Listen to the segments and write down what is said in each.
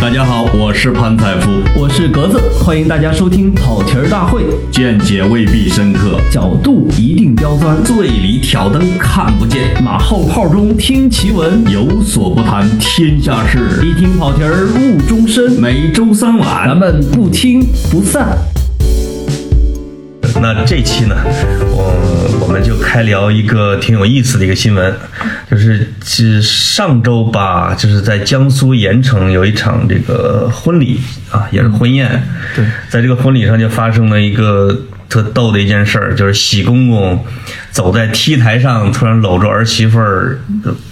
大家好，我是潘采夫。我是格子，欢迎大家收听跑题儿大会，见解未必深刻，角度一定刁钻，醉里挑灯看不见，马后炮中听奇闻，有所不谈天下事。一听跑题儿误终身，每周三咱晚。们不听不散。那这期呢，我我们就开聊一个挺有意思的一个新闻，就是是上周吧，就是在江苏盐城有一场这个婚礼啊，也是婚嗯宴。对，在这个婚礼上就发生了一个特逗的一件事儿，就是喜公公走在 T 台上，突然搂住儿媳妇儿，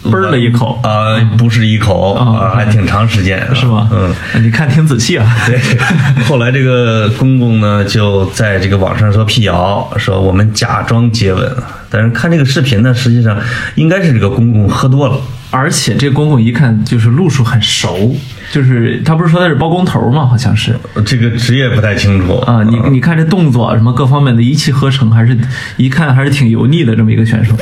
啵儿了一口啊、不是一口啊、还挺长时间，是吗？嗯。，你看挺仔细啊。对， 后来这个公公呢就在这个网上说辟谣，说我们假装接吻，但是看这个视频呢，实际上应该是这个公公喝多了。而且这公公一看就是路数很熟，就是他不是说他是包工头吗？好像是这个职业不太清楚呃啊，你你看这动作什么各方面的一气呵成，还是一看还是挺油腻的这么一个选手。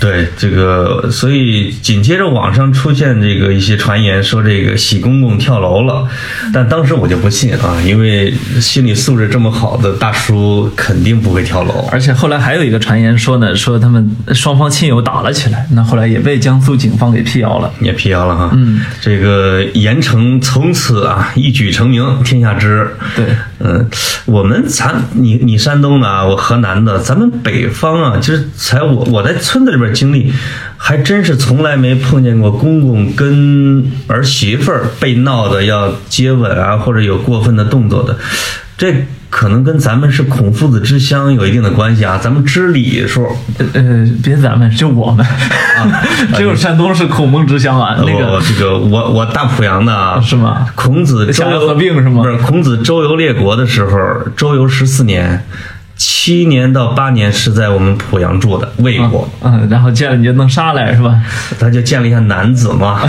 对这个，所以紧接着网上出现这个一些传言说这个喜公公跳楼了，但当时我就不信啊，因为心理素质这么好的大叔肯定不会跳楼。而且后来还有一个传言说呢，说他们双方亲友打了起来，那后来也被江苏警方给辟谣了。也辟谣了哈。嗯，这个盐城从此啊一举成名，天下知。对嗯，我们咱你你山东的啊，我河南的，咱们北方啊，就是才我我在村子里边经历，还真是从来没碰见过公公跟儿媳妇儿被闹的要接吻啊，或者有过分的动作的，这。可能跟咱们是孔夫子之乡有一定的关系啊，咱们知礼数呃呃，别咱们，就 我们，只有山东是孔孟之乡啊。那我个哦这个我我大濮阳的啊，是吗孔子周想要游合并是吗不是，孔子周游列国的时候，周游十四年，七年到八年是在我们濮阳住的魏国，嗯，然后见了你就弄杀来是吧？他就见了一下男子 嘛，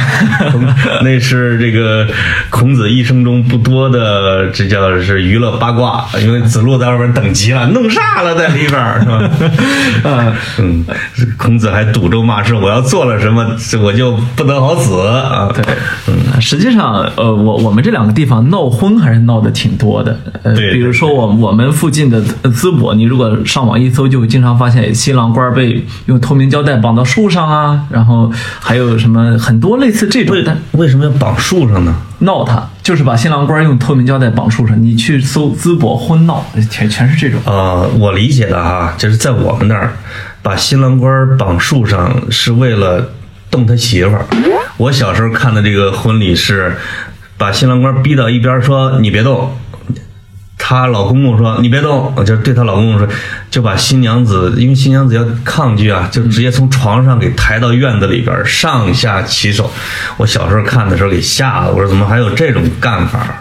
孔那是这个孔子一生中不多的，这叫是娱乐八卦，因为子路在外边等急了，弄啥了在里边儿是吧？ 嗯，嗯，孔子还赌咒骂谶，我要做了什么，我就不得好死啊！对，嗯，实际上，呃，我我们这两个地方闹婚还是闹得挺多的，呃，对比如说我我们附近的呃淄博，你如果上网一搜，就会经常发现新郎官儿被用透明胶带绑到树上啊，然后还有什么很多类似这种为，但为什么要绑树上呢？闹他就是把新郎官儿用透明胶带绑树上，你去搜淄博婚闹，全全是这种。呃，我理解的哈，就是在我们那儿，把新郎官儿绑树上是为了动他媳妇儿。我小时候看的这个婚礼是，把新郎官儿逼到一边儿说：“你别动。”她老公公说：“你别动。”就是对她老公公说，就把新娘子，因为新娘子要抗拒啊，就直接从床上给抬到院子里边儿，上下其手。我小时候看的时候给吓了，我说怎么还有这种干法儿？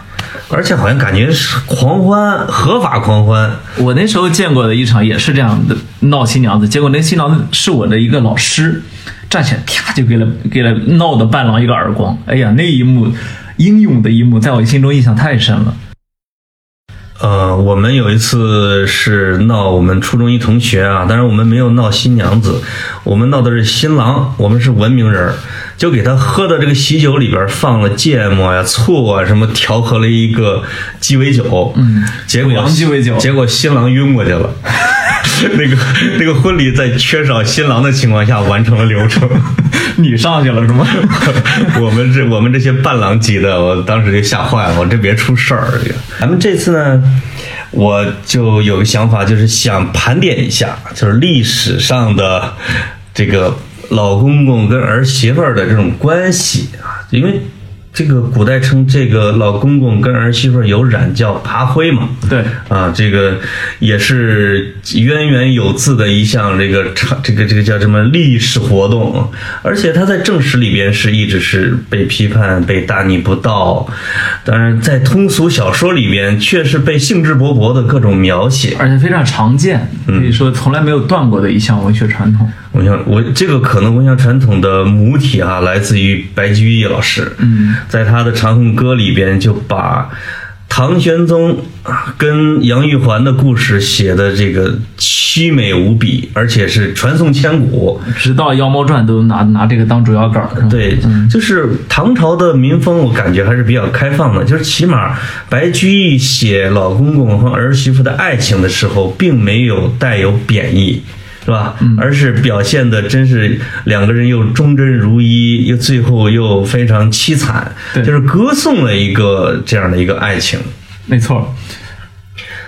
而且好像感觉是狂欢，合法狂欢。我那时候见过的一场也是这样的闹新娘子，结果那新娘子是我的一个老师，站起来啪就给了给了闹的伴郎一个耳光。哎呀，那一幕英勇的一幕，在我心中印象太深 了。呃，我们有一次是闹我们初中一同学啊，当然我们没有闹新娘子，我们闹的是新郎，我们是文明人儿，就给他喝的这个喜酒里边放了芥末呀、醋啊什么，调和了一个鸡尾酒，嗯，结果濮阳鸡尾酒结果新郎晕过去了。 那个那个婚礼在缺少新郎的情况下完成了流程，你上去了是吗？ 我们这我们这些伴郎级的，我当时就吓坏了，我这别出事儿。咱们这次呢，我就有个想法，就是想盘点一下，就是历史上的这个老公公跟儿媳妇儿的这种关系啊，因为这个古代称这个老公公跟儿媳妇儿有染叫爬灰嘛，对啊，这个也是渊源有字的一项这个长这个这个叫什么历史活动，而且它在正史里边是一直是被批判、被大逆不道，当然在通俗小说里边却是被兴致勃勃的各种描写。而且非常常见，可以说从来没有断过的一项文学传统。我想，我这个可能文学传统的母体啊，来自于白居易老师。嗯，在他的《长恨歌》里边就把唐玄宗啊跟杨玉环的故事写的这个凄美无比，而且是传颂千古。直到《妖猫传》都拿拿这个当主要稿儿，嗯是吧对，就是唐朝的民风，我感觉还是比较开放的。就是起码白居易写老公公和儿媳妇的爱情的时候，并没有带有贬义，是吧？而是表现的真是两个人又忠贞如一，又最后又非常凄惨，对就是歌颂了一个这样的一个爱情。没错，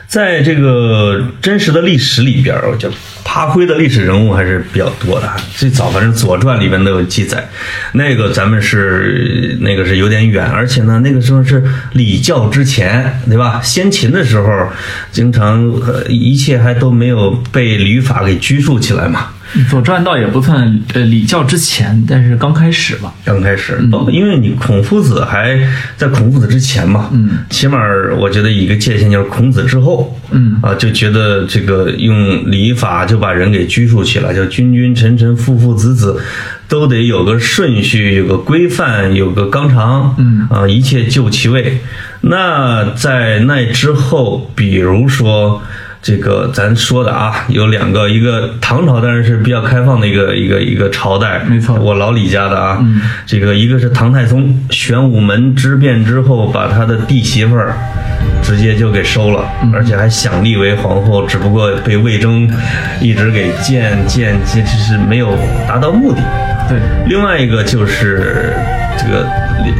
在这个真实的历史里边儿，我觉得爬灰的历史人物还是比较多的啊。最早反正《左传》里面都有记载，那个咱们是那个是有点远，而且呢，那个时候是礼教之前，对吧？先秦的时候，经常呃一切还都没有被礼法给拘束起来嘛。 《左传》倒也不算呃礼教之前，但是刚开始吧。刚开始，嗯包括因为你孔夫子还在孔夫子之前嘛，嗯，起码我觉得一个界限就是孔子之后，嗯啊，就觉得这个用礼法就把人给拘束起来，就君君臣臣父父子子都得有个顺序，有个规范，有个纲常，嗯啊，一切就其位。那在那之后，比如说。这个咱说的啊，有两个，一个唐朝当然是比较开放的一个一个一个朝代，没错我老李家的啊，嗯这个一个是唐太宗玄武门之变之后，把他的弟媳妇儿直接就给收了，而且还享立为皇后，只不过被魏征一直给谏谏，其实是没有达到目的。对，另外一个就是这个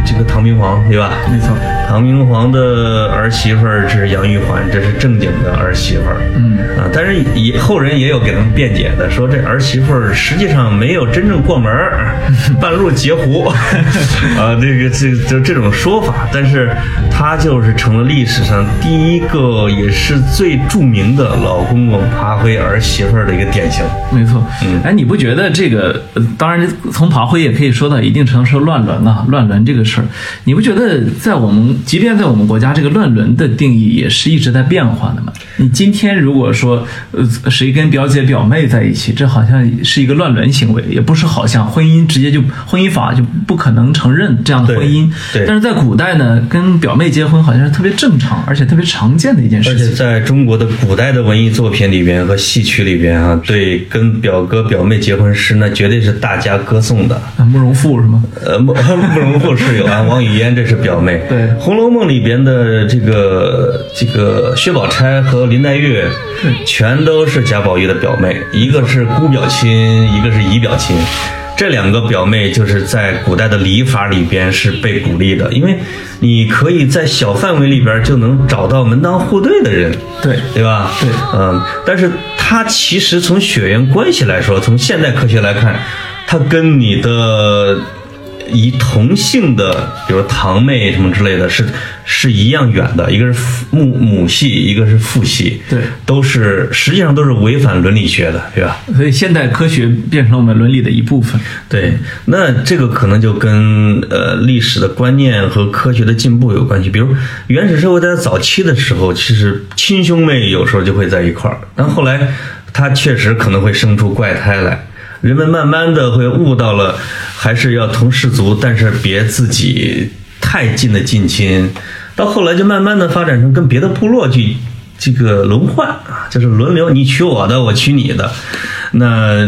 这个唐明皇，对吧？没错，唐明皇的儿媳妇儿是杨玉环，这是正经的儿媳妇儿。嗯啊，但是也后人也有给他们辩解的，说这儿媳妇儿实际上没有真正过门儿，半路截胡， 啊，这个这就这种说法。但是她就是成了历史上第一个也是最著名的老公公爬回儿媳妇儿的一个典型。没错嗯。哎，你不觉得这个？呃当然，从爬灰也可以说到一定程度是乱伦啊，乱伦这个事儿，你不觉得在我们，即便在我们国家，这个乱伦的定义也是一直在变化的吗？你今天如果说，呃，谁跟表姐表妹在一起，这好像是一个乱伦行为，也不是好像婚姻直接就婚姻法就不可能承认这样的对婚姻。对但是在古代呢，跟表妹结婚好像是特别正常，而且特别常见的一件而事且情。在中国的古代的文艺作品里边和戏曲里边啊，对跟表哥表妹结婚时，那绝对是大家歌颂的。啊慕容复是吗？呃，慕 慕容复是有啊，王语嫣这是表妹。对《红楼梦》里边的这个这个薛宝钗和林黛玉，全都是贾宝玉的表妹，一个是姑表亲，一个是姨表亲。这两个表妹就是在古代的礼法里边是被鼓励的，因为你可以在小范围里边就能找到门当户对的人。对对吧？对嗯，但是它其实从血缘关系来说，从现代科学来看，它跟你的以同性的，比如堂妹什么之类的，是是一样远的。一个是父母母系，一个是父系，对都是实际上都是违反伦理学的，对吧？所以现代科学变成了我们伦理的一部分。对，那这个可能就跟呃历史的观念和科学的进步有关系。比如原始社会在早期的时候，其实亲兄妹有时候就会在一块儿，但后来它确实可能会生出怪胎来。人们慢慢的会悟到了，还是要同氏族，但是别自己太近的近亲。到后来就慢慢的发展成跟别的部落去这个轮换啊，就是轮流你娶我的，我娶你的。那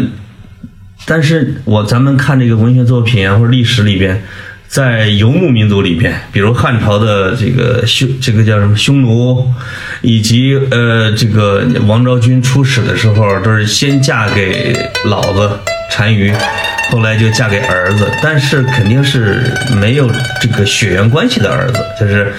但是我咱们看这个文学作品啊，或者历史里边，在游牧民族里边，比如汉朝的这个匈，这个叫什么匈奴，以及呃这个王昭君出使的时候，都是先嫁给老子单于，后来就嫁给儿子，但是肯定是没有这个血缘关系的儿子，就是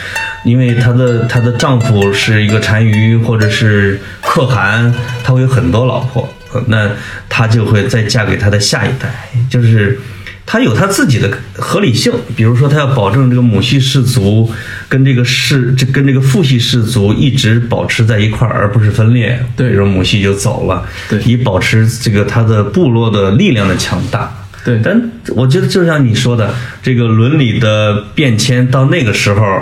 因为她的她的丈夫是一个单于或者是可汗，他会有很多老婆。那她就会再嫁给她的下一代，就是她有她自己的合理性。比如说，她要保证这个母系氏族跟这个氏这跟这个父系氏族一直保持在一块儿，而不是分裂。对比如母系就走了，对以保持这个她的部落的力量的强大。对但我觉得就像你说的，这个伦理的变迁到那个时候。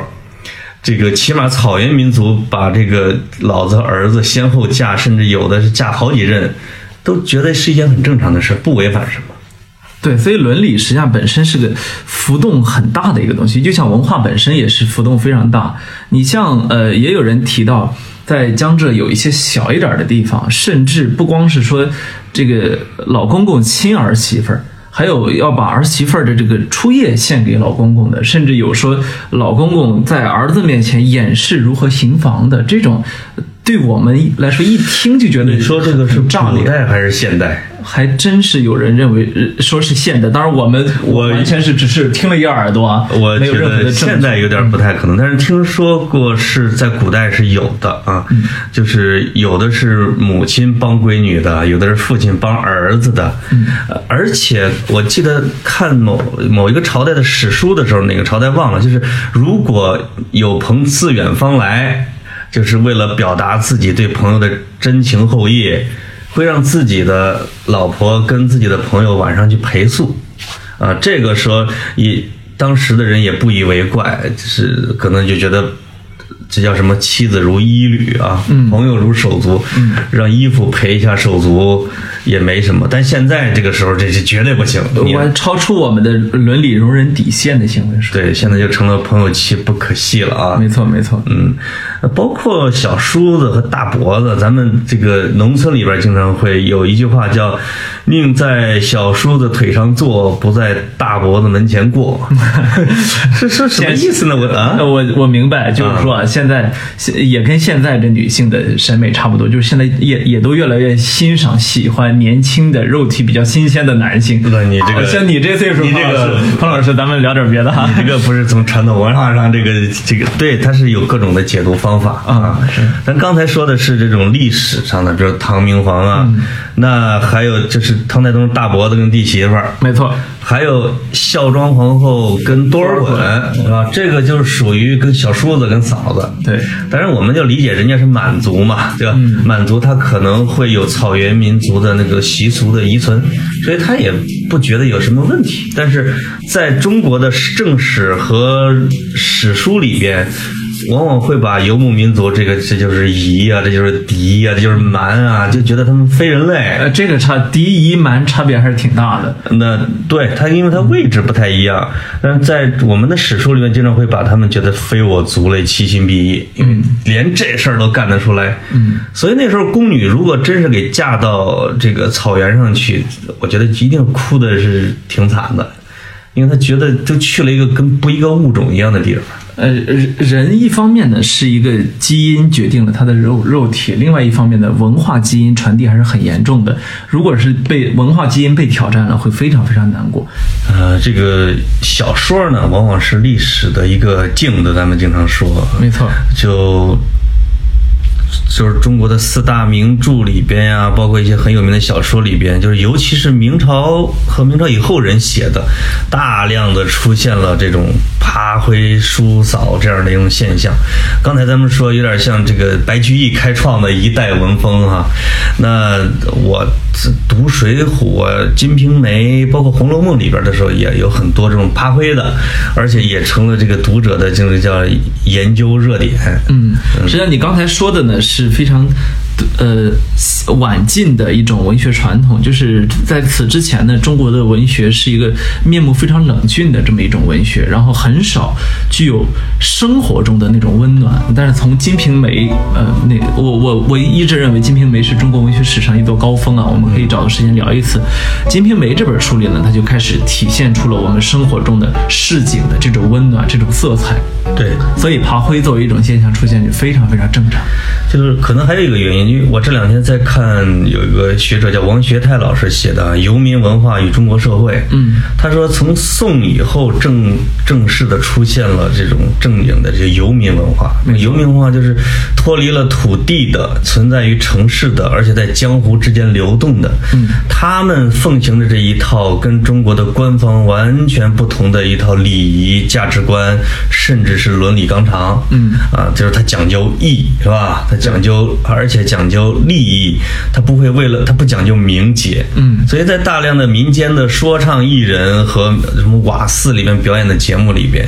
这个起码草原民族把这个老子儿子先后嫁，甚至有的是嫁好几任，都觉得是一件很正常的事，不违反什么。对，所以伦理实际上本身是个浮动很大的一个东西，就像文化本身也是浮动非常大。你像呃，也有人提到，在江浙有一些小一点的地方，甚至不光是说这个老公公亲儿媳妇儿。还有要把儿媳妇儿的这个初夜献给老公公的，甚至有说老公公在儿子面前演示如何行房的这种，对我们来说一听就觉得你说这个是很炸古裂，代还是现代？还真是有人认为呃说是现代，当然我们我完全是只是听了一耳朵啊，我没有觉任何得的证现据。在有点不太可能，但是听说过是在古代是有的啊，嗯就是有的是母亲帮闺女的，有的是父亲帮儿子的，嗯呃而且我记得看某某一个朝代的史书的时候，哪个朝代忘了，就是如果有朋自远方来，就是为了表达自己对朋友的真情厚谊，会让自己的老婆跟自己的朋友晚上去陪宿。啊，这个说也当时的人也不以为怪，就是可能就觉得这叫什么妻子如衣履啊，朋友如手足，让衣服陪一下手足也没什么。但现在这个时候，这是绝对不行。你我超出我们的伦理容忍底线的行为是，对，现在就成了朋友妻不可戏了啊。没错没错，嗯，呃包括小叔子和大伯子，咱们这个农村里边经常会有一句话叫“宁在小叔子腿上坐，不在大伯子门前过”是是什么意思呢？我啊呃，，我我明白，就是说啊，现在现也跟现在这女性的审美差不多，就是现在也也都越来越欣赏、喜欢年轻的、肉体比较新鲜的男性。那你这个啊像你这岁数，你这彭老个师彭老师，咱们聊点别的哈。这个不是从传统文化上这个这个，对，它是有各种的解读方法啊。咱刚才说的是这种历史上的，比如唐明皇啊，那还有就是唐太宗大伯子跟弟媳妇儿，没错，还有孝庄皇后跟多尔衮啊，这个就是属于跟小叔子跟嫂子。对，嗯当然我们就理解人家是满族嘛，对吧？满族他可能会有草原民族的那个习俗的遗存，所以他也不觉得有什么问题。但是在中国的正史和史书里边。往往会把游牧民族这个，这就是夷啊，这就是敌啊，这就是蛮啊，就觉得他们非人类。呃，这个差敌夷蛮差别还是挺大的。那对它，因为它位置不太一样，但是在我们的史书里面，经常会把他们觉得非我族类，其心必异，因为连这事儿都干得出来。嗯，所以那时候宫女如果真是给嫁到这个草原上去，我觉得一定哭的是挺惨的，因为她觉得就去了一个跟不一个物种一样的地方。呃，人人一方面呢是一个基因决定了他的肉肉体，另外一方面呢，文化基因传递还是很严重的。如果是被文化基因被挑战了，会非常非常难过。呃，这个小说呢，往往是历史的一个镜子，咱们经常说。没错，就就是中国的四大名著里边呀、包括一些很有名的小说里边，就是尤其是明朝和明朝以后人写的，大量的出现了这种扒灰叔嫂这样的一种现象。刚才咱们说有点像这个白居易开创的一代文风哈、那我读《水浒》啊，《金瓶梅》，包括《红楼梦》里边的时候，也有很多这种扒灰的，而且也成了这个读者的就是叫研究热点。嗯，实际上你刚才说的呢是非常。呃，晚近的一种文学传统，就是在此之前呢，中国的文学是一个面目非常冷峻的这么一种文学，然后很少具有生活中的那种温暖。但是从《金瓶梅》呃，那我我我一直认为《金瓶梅》是中国文学史上一座高峰啊，我们可以找个时间聊一次。《金瓶梅》这本书里呢，它就开始体现出了我们生活中的市井的这种温暖、这种色彩。对，所以爬灰作为一种现象出现就非常非常正常。就是可能还有一个原因，因为我这两天在看有一个学者叫王学泰老师写的《游民文化与中国社会》，嗯，他说从宋以后正正式的出现了这种正经的这个游民文化，游民文化就是脱离了土地的，存在于城市的，而且在江湖之间流动的，嗯，他们奉行的这一套跟中国的官方完全不同的一套礼仪、价值观，甚至是伦理纲常，嗯，啊，就是他讲究义是吧？他讲究，而且讲究利益，他不会为了他不讲究名节，嗯，所以在大量的民间的说唱艺人和什么瓦肆里面表演的节目里边，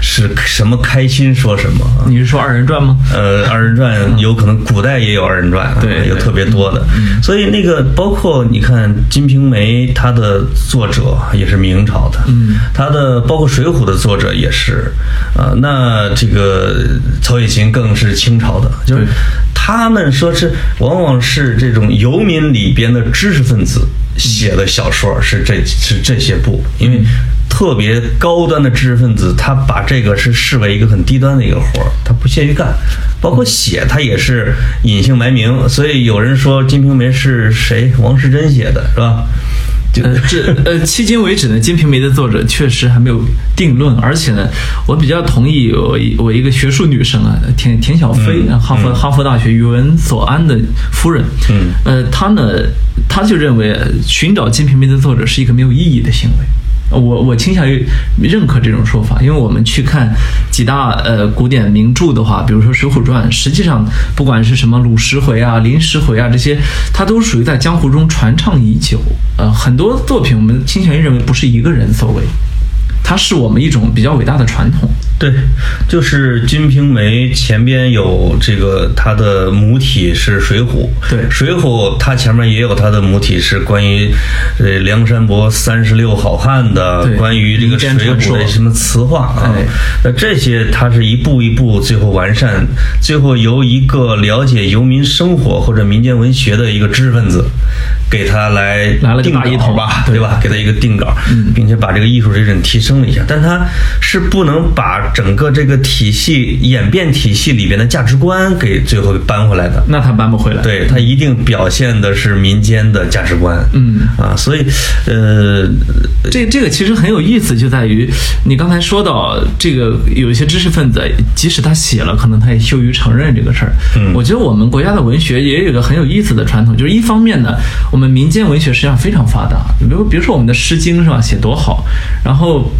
是什么开心说什么啊。你是 说二人转吗？呃，二人转有可能古代也有二人转啊，对对嗯有特别多的。所以那个包括你看《金瓶梅》，它的作者也是明朝的，嗯，它的包括《水浒》的作者也是，啊、那这个曹雪芹更是清朝的，就是他们说是往往是这种游民里边的知识分子写的小说，是这是这些部，因为。特别高端的知识分子，他把这个是视为一个很低端的一个活儿，他不屑于干。包括写，他也是隐姓埋名，所以有人说《金瓶梅》是谁王世贞写的，是吧？就呃，这呃，迄今为止呢，《金瓶梅》的作者确实还没有定论，而且呢，我比较同意我一我一个学术女生啊，田田小飞，呃哈佛、哈佛大学语文所安的夫人，嗯，呃，她呢，她就认为寻找《金瓶梅》的作者是一个没有意义的行为。我我倾向于认可这种说法，因为我们去看几大呃古典名著的话，比如说《水浒传》，实际上不管是什么鲁十回啊、林十回啊这些，它都属于在江湖中传唱已久。呃，很多作品我们倾向于认为不是一个人所为，它是我们一种比较伟大的传统。对，就是《金瓶梅》前边有这个它的母体是《水浒》，对《水浒》它前面也有它的母体是关于呃梁山伯三十六好汉的对，关于这个民《间水浒传》说的什么词话啊哎，那这些它是一步一步最后完善，最后由一个了解游民生活或者民间文学的一个知识分子，给他来来了个定大一稿统吧，对嗯对吧？给他一个定稿，并且把这个艺术水准提升了一下，但他是不能把整个这个体系演变体系里边的价值观给最后搬回来的。那他搬不回来。对，它一定表现的是民间的价值观，嗯啊，所以，呃，这这个其实很有意思，就在于你刚才说到这个，有一些知识分子，即使他写了，可能他也羞于承认这个事儿。嗯我觉得我们国家的文学也有一个很有意思的传统，就是一方面呢，我们民间文学实际上非常发达，比如比如说我们的《诗经》是吧，写多好，然后。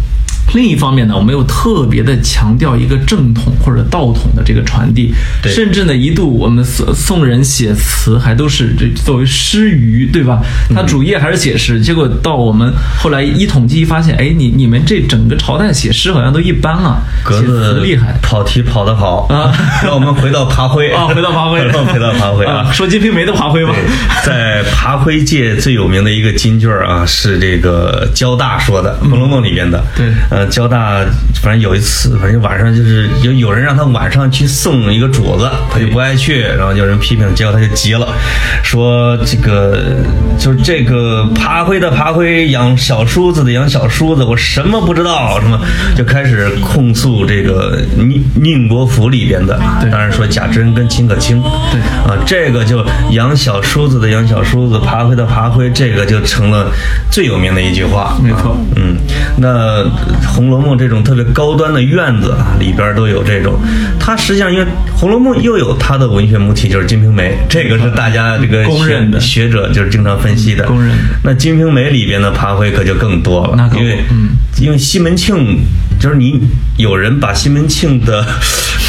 另一方面呢，我们又特别的强调一个正统或者道统的这个传递，对甚至呢，一度我们宋宋人写词还都是这作为诗余，对吧？嗯他主业还是写诗，结果到我们后来一统计一发现，哎，你你们这整个朝代写诗好像都一般啊，格写词子厉 害。跑题跑得好啊， 让我们回到爬灰哦，回到爬 灰让我们 回到爬灰啊啊，，说《金瓶梅》的爬灰吧。对，在爬灰界最有名的一个金句儿啊，是这个交大说的，《红楼梦》里边的。嗯对呃，交大反正有一次，反正晚上就是有有人让他晚上去送一个主子，他就不爱去，然后有人批评，结果他就急了，说这个就是这个爬灰的爬灰，养小叔子的养小叔子，我什么不知道，什么就开始控诉这个宁宁国府里边的，当然说贾珍跟秦可卿。对啊，这个就养小叔子的养小叔子，爬灰的爬灰，这个就成了最有名的一句话。没错啊嗯，那《红楼梦》这种特别高端的院子啊，里边都有这种。它实际上，因为《红楼梦》又有它的文学母体，就是《金瓶梅》，这个是大家这个公认的学学者就是经常分析的。公认的那《金瓶梅》里边的爬灰可就更多了，那可不因为嗯因为西门庆，就是你有人把西门庆的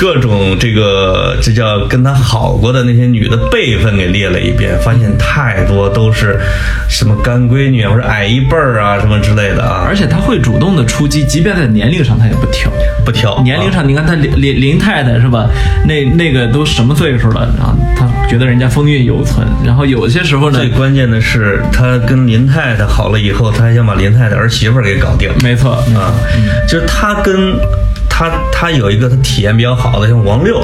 各种这个这叫跟他好过的那些女的辈分给列了一遍，发现太多都是什么干闺女啊，或者矮一辈儿啊什么之类的啊而，且他会主动的出击，即便在年龄上他也不挑。不挑年龄啊上，你看他林林林太太是吧？那那个都什么岁数了？然后他觉得人家风韵犹存。然后有些时候呢，最关键的是，他跟林太太好了以后，他还想把林太太儿媳妇儿给搞定。没错，啊，就是他跟他他有一个他体验比较好的，像王六，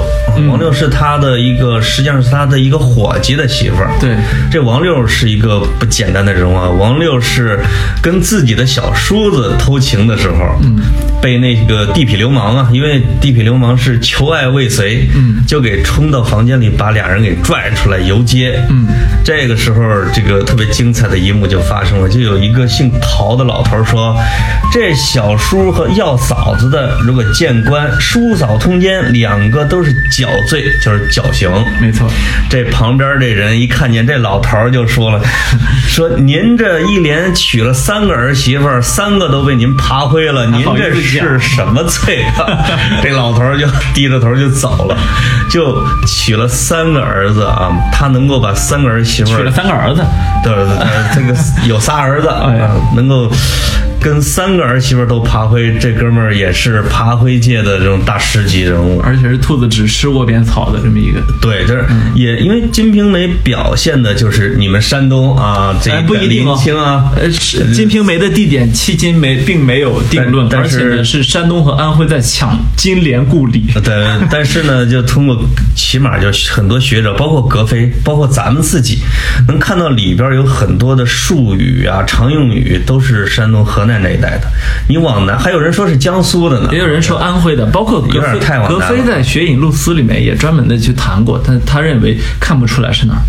王六是他的一个，实际上是他的一个伙计的媳妇儿。对这王六是一个不简单的人物啊，王六是跟自己的小叔子偷情的时候，嗯，被那个地痞流氓啊，因为地痞流氓是求爱未遂，嗯，就给冲到房间里，把俩人给拽出来游街，嗯，这个时候这个特别精彩的一幕就发生了，就有一个姓陶的老头说，这小叔和要嫂子的如果见。县官、叔嫂通奸，两个都是绞罪，就是绞刑。没错，这旁边这人一看见这老头儿，就说了：“ 说您这一连娶了三个儿媳妇儿，三个都被您扒灰了，您好意思这是讲什么罪啊？” 这老头儿就低着头就走了，就娶了三个儿子啊，他能够把三个儿媳妇娶儿了三个儿子，对，呃这个有仨儿子哎呀啊，能够跟三个儿媳妇都爬灰，这哥们儿也是爬灰界的这种大师级人物。而且是兔子只吃窝边草的这么一个。对，就是嗯也因为《金瓶梅》表现的就是你们山东啊，这哎，不一定林哦清啊，呃，是《金瓶梅》的地点迄今没并没有定论，但而但是且呢嗯是山东和安徽在抢金莲故里。对，呃但是呢，就通过起码就很多学者，包括格非，包括咱们自己，能看到里边有很多的术语啊、常用语都是山东、河南那一带的。你往南，还有人说是江苏的呢，也有人说安徽的，包括格有点非太，往格南非了在《雪影露丝》里面也专门的去谈过，但他认为看不出来是哪儿，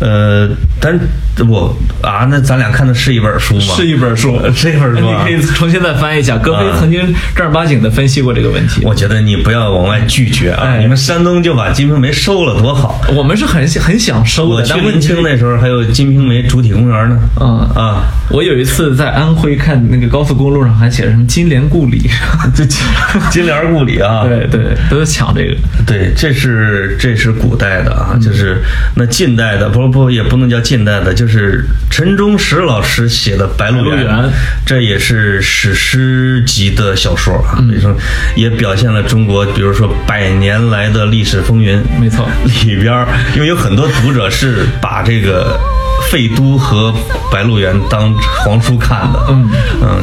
呃，但是我啊，那咱俩看的是一本书吗？是一本 书，哎是一本书你啊可以重新再翻译一下。格非啊曾经正儿八经的分析过这个问题。我觉得你不要往外拒绝啊！哎你们山东就把《金瓶梅》收了，多好！我们是很很想收我的，去但问临题清是那时候还有《金瓶梅》主体公园呢。嗯 啊，我有一次在安徽看那个高速公路上还写着什么“金莲故里”， 这金莲故里 啊，对对，都是抢这个。对，这是这是古代的啊，就是那近代的，不不也不能叫近代的，就是陈忠实老师写的《白鹿白鹿原》原这也是史诗级的小说啊，所以说也表现了中国，比如说百年来的历史风云。没错 里边儿因为有很多读者是把这个。废都和白鹿原当皇书看的，嗯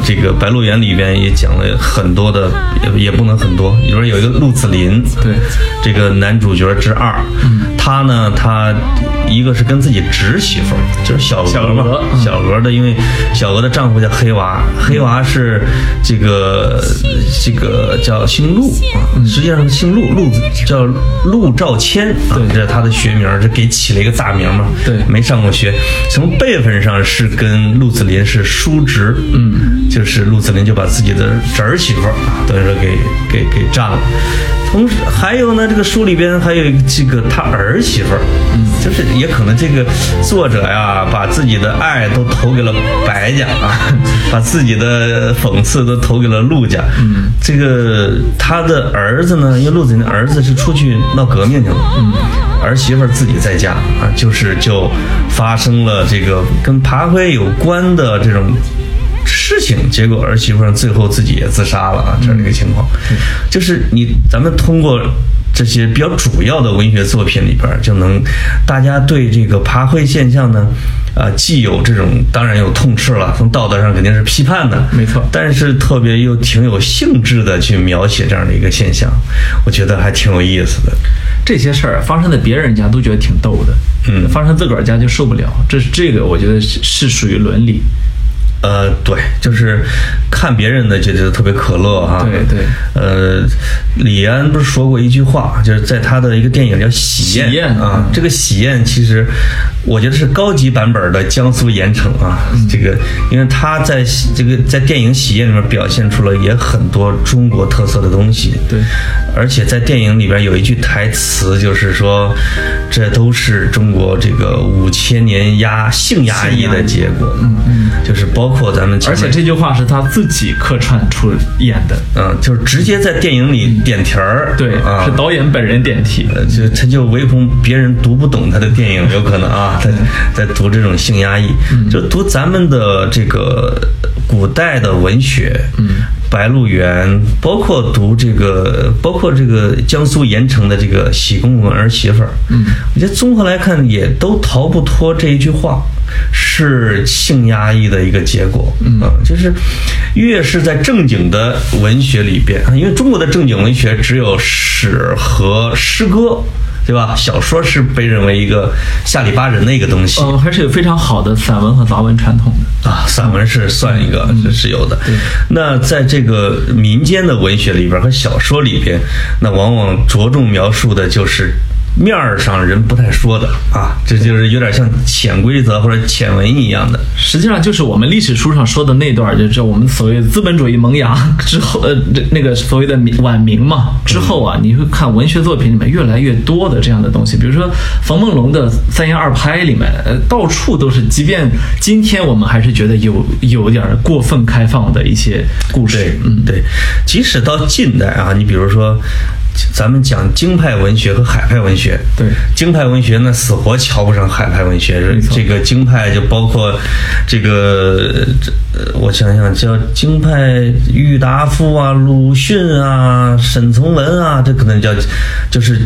这个白鹿原里边也讲了很多的，也也不能很多，里边有一个陆子霖，对，嗯这个男主角之二，他呢，他一个是跟自己侄媳妇儿，就是小小娥嘛，娥嗯小娥的，因为小娥的丈夫叫黑娃，黑娃是这个这个叫姓陆啊，实际上是姓陆，陆叫陆兆谦啊，对这是他的学名，这给起了一个大名嘛，对没上过学，从辈分上是跟陆子霖是叔侄，嗯，就是陆子霖就把自己的侄儿媳妇儿啊等于说给给给占了。同时还有呢，这个书里边还有这个他儿媳妇儿，嗯，就是也可能这个作者呀，把自己的爱都投给了白家啊，把自己的讽刺都投给了陆家。嗯，这个他的儿子呢，因为陆子霖的儿子是出去闹革命去了，嗯，儿媳妇儿自己在家啊，就是就发生了这个跟爬灰有关的这种事情，结果儿媳妇儿最后自己也自杀了啊，这样的一个情况。就是你咱们通过这些比较主要的文学作品里边儿，就能大家对这个爬灰现象呢。啊，既有这种，当然有痛斥了，从道德上肯定是批判的，没错但是特别又挺有兴致的去描写这样的一个现象，我觉得还挺有意思的。这些事儿发生在别人家都觉得挺逗的，嗯发生自个儿家就受不了。这是这个，我觉得是是属于伦理。呃，对，就是看别人的就觉得特别可乐哈、对对。呃，李安不是说过一句话，就是在他的一个电影叫《喜宴》喜宴啊嗯，这个喜宴其实我觉得是高级版本的江苏盐城啊，嗯这个因为他在这个在电影《喜宴》里面表现出了也很多中国特色的东西。对，而且在电影里边有一句台词，就是说，这都是中国这个五千年压性压抑的结果。嗯嗯，就是包括咱们前而面且这句话是他自己客串出演的，嗯，就是直接在电影里点题儿，嗯对，啊，是导演本人点题。呃，就他就唯恐别人读不懂他的电 影，有可能啊，他在读这种性压抑，嗯就读咱们的这个古代的文学，嗯，《白鹿原》，包括读这个，包括这个江苏盐城的这个喜公公儿媳妇儿，嗯，我觉得综合来看，也都逃不脱这一句话。是性压抑的一个结果，嗯、就是越是在正经的文学里边，啊因为中国的正经文学只有史和诗歌，对吧？小说是被认为一个下里巴人的一个东西，嗯，还是有非常好的散文和杂文传统的。啊，散文是算一个，这是有的。那在这个民间的文学里边和小说里边，那往往着重描述的就是面儿上人不太说的啊，这就是有点像潜规则或者潜文一样的。实际上就是我们历史书上说的那段儿，就是我们所谓资本主义萌芽之后，呃，这那个所谓的民晚明嘛，之后啊，你会看文学作品里面越来越多的这样的东西，比如说冯梦龙的《三言二拍》里面，呃，到处都是，即便今天我们还是觉得有有点儿过分开放的一些故对事，，嗯，对，即使到近代啊，你比如说，咱们讲京派文学和海派文学，对京派文学呢死活瞧不上海派文学，没错这个京派就包括这个，这呃我想想叫京派郁达夫啊、鲁迅啊、沈从文啊，这可能叫就是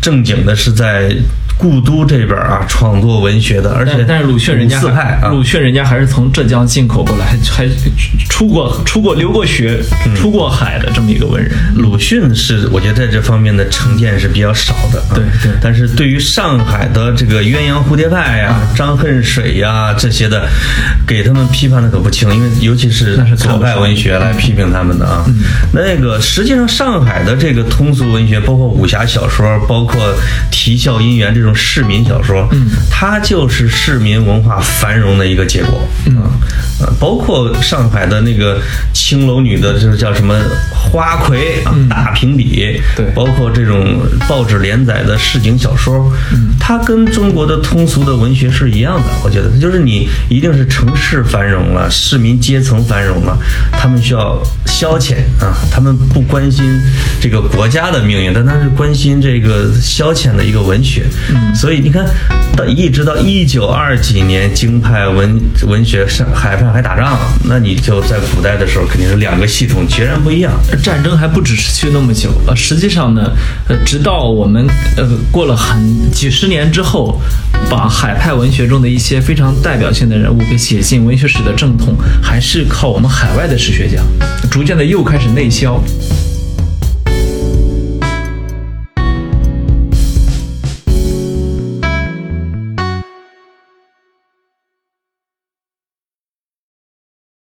正经的是在。故都这边啊，创作文学的，而且但但是鲁迅人家五四派啊，鲁迅人家还是从浙江进口过来，还还出过出过留过学、出过海的这么一个文人，鲁迅是我觉得在这方面的成见是比较少的、啊，对对但是对于上海的这个鸳鸯蝴蝶派呀、嗯张恨水呀、这些的，给他们批判的可不轻，因为尤其是那是看左不派上文学来批评他们的啊。那个实际上上海的这个通俗文学，包括武侠小说，包括啼笑姻缘这种市民小说，嗯，它就是市民文化繁荣的一个结果。嗯，呃，包括上海的那个青楼女的，就是叫什么花魁啊，大评比，对包括这种报纸连载的市井小说，它跟中国的通俗的文学是一样的。我觉得，就是你一定是城市繁荣了，市民阶层繁荣了，他们需要消遣啊，他们不关心这个国家的命运，但他是关心这个消遣的一个文学。所以你看到一直到一九二几年，京派文文学上海派还打仗了，那你就在古代的时候肯定是两个系统截然不一样。战争还不止持续那么久，呃，实际上呢，呃，直到我们呃过了很几十年之后，把海派文学中的一些非常代表性的人物给写进文学史的正统，还是靠我们海外的史学家，逐渐的又开始内销。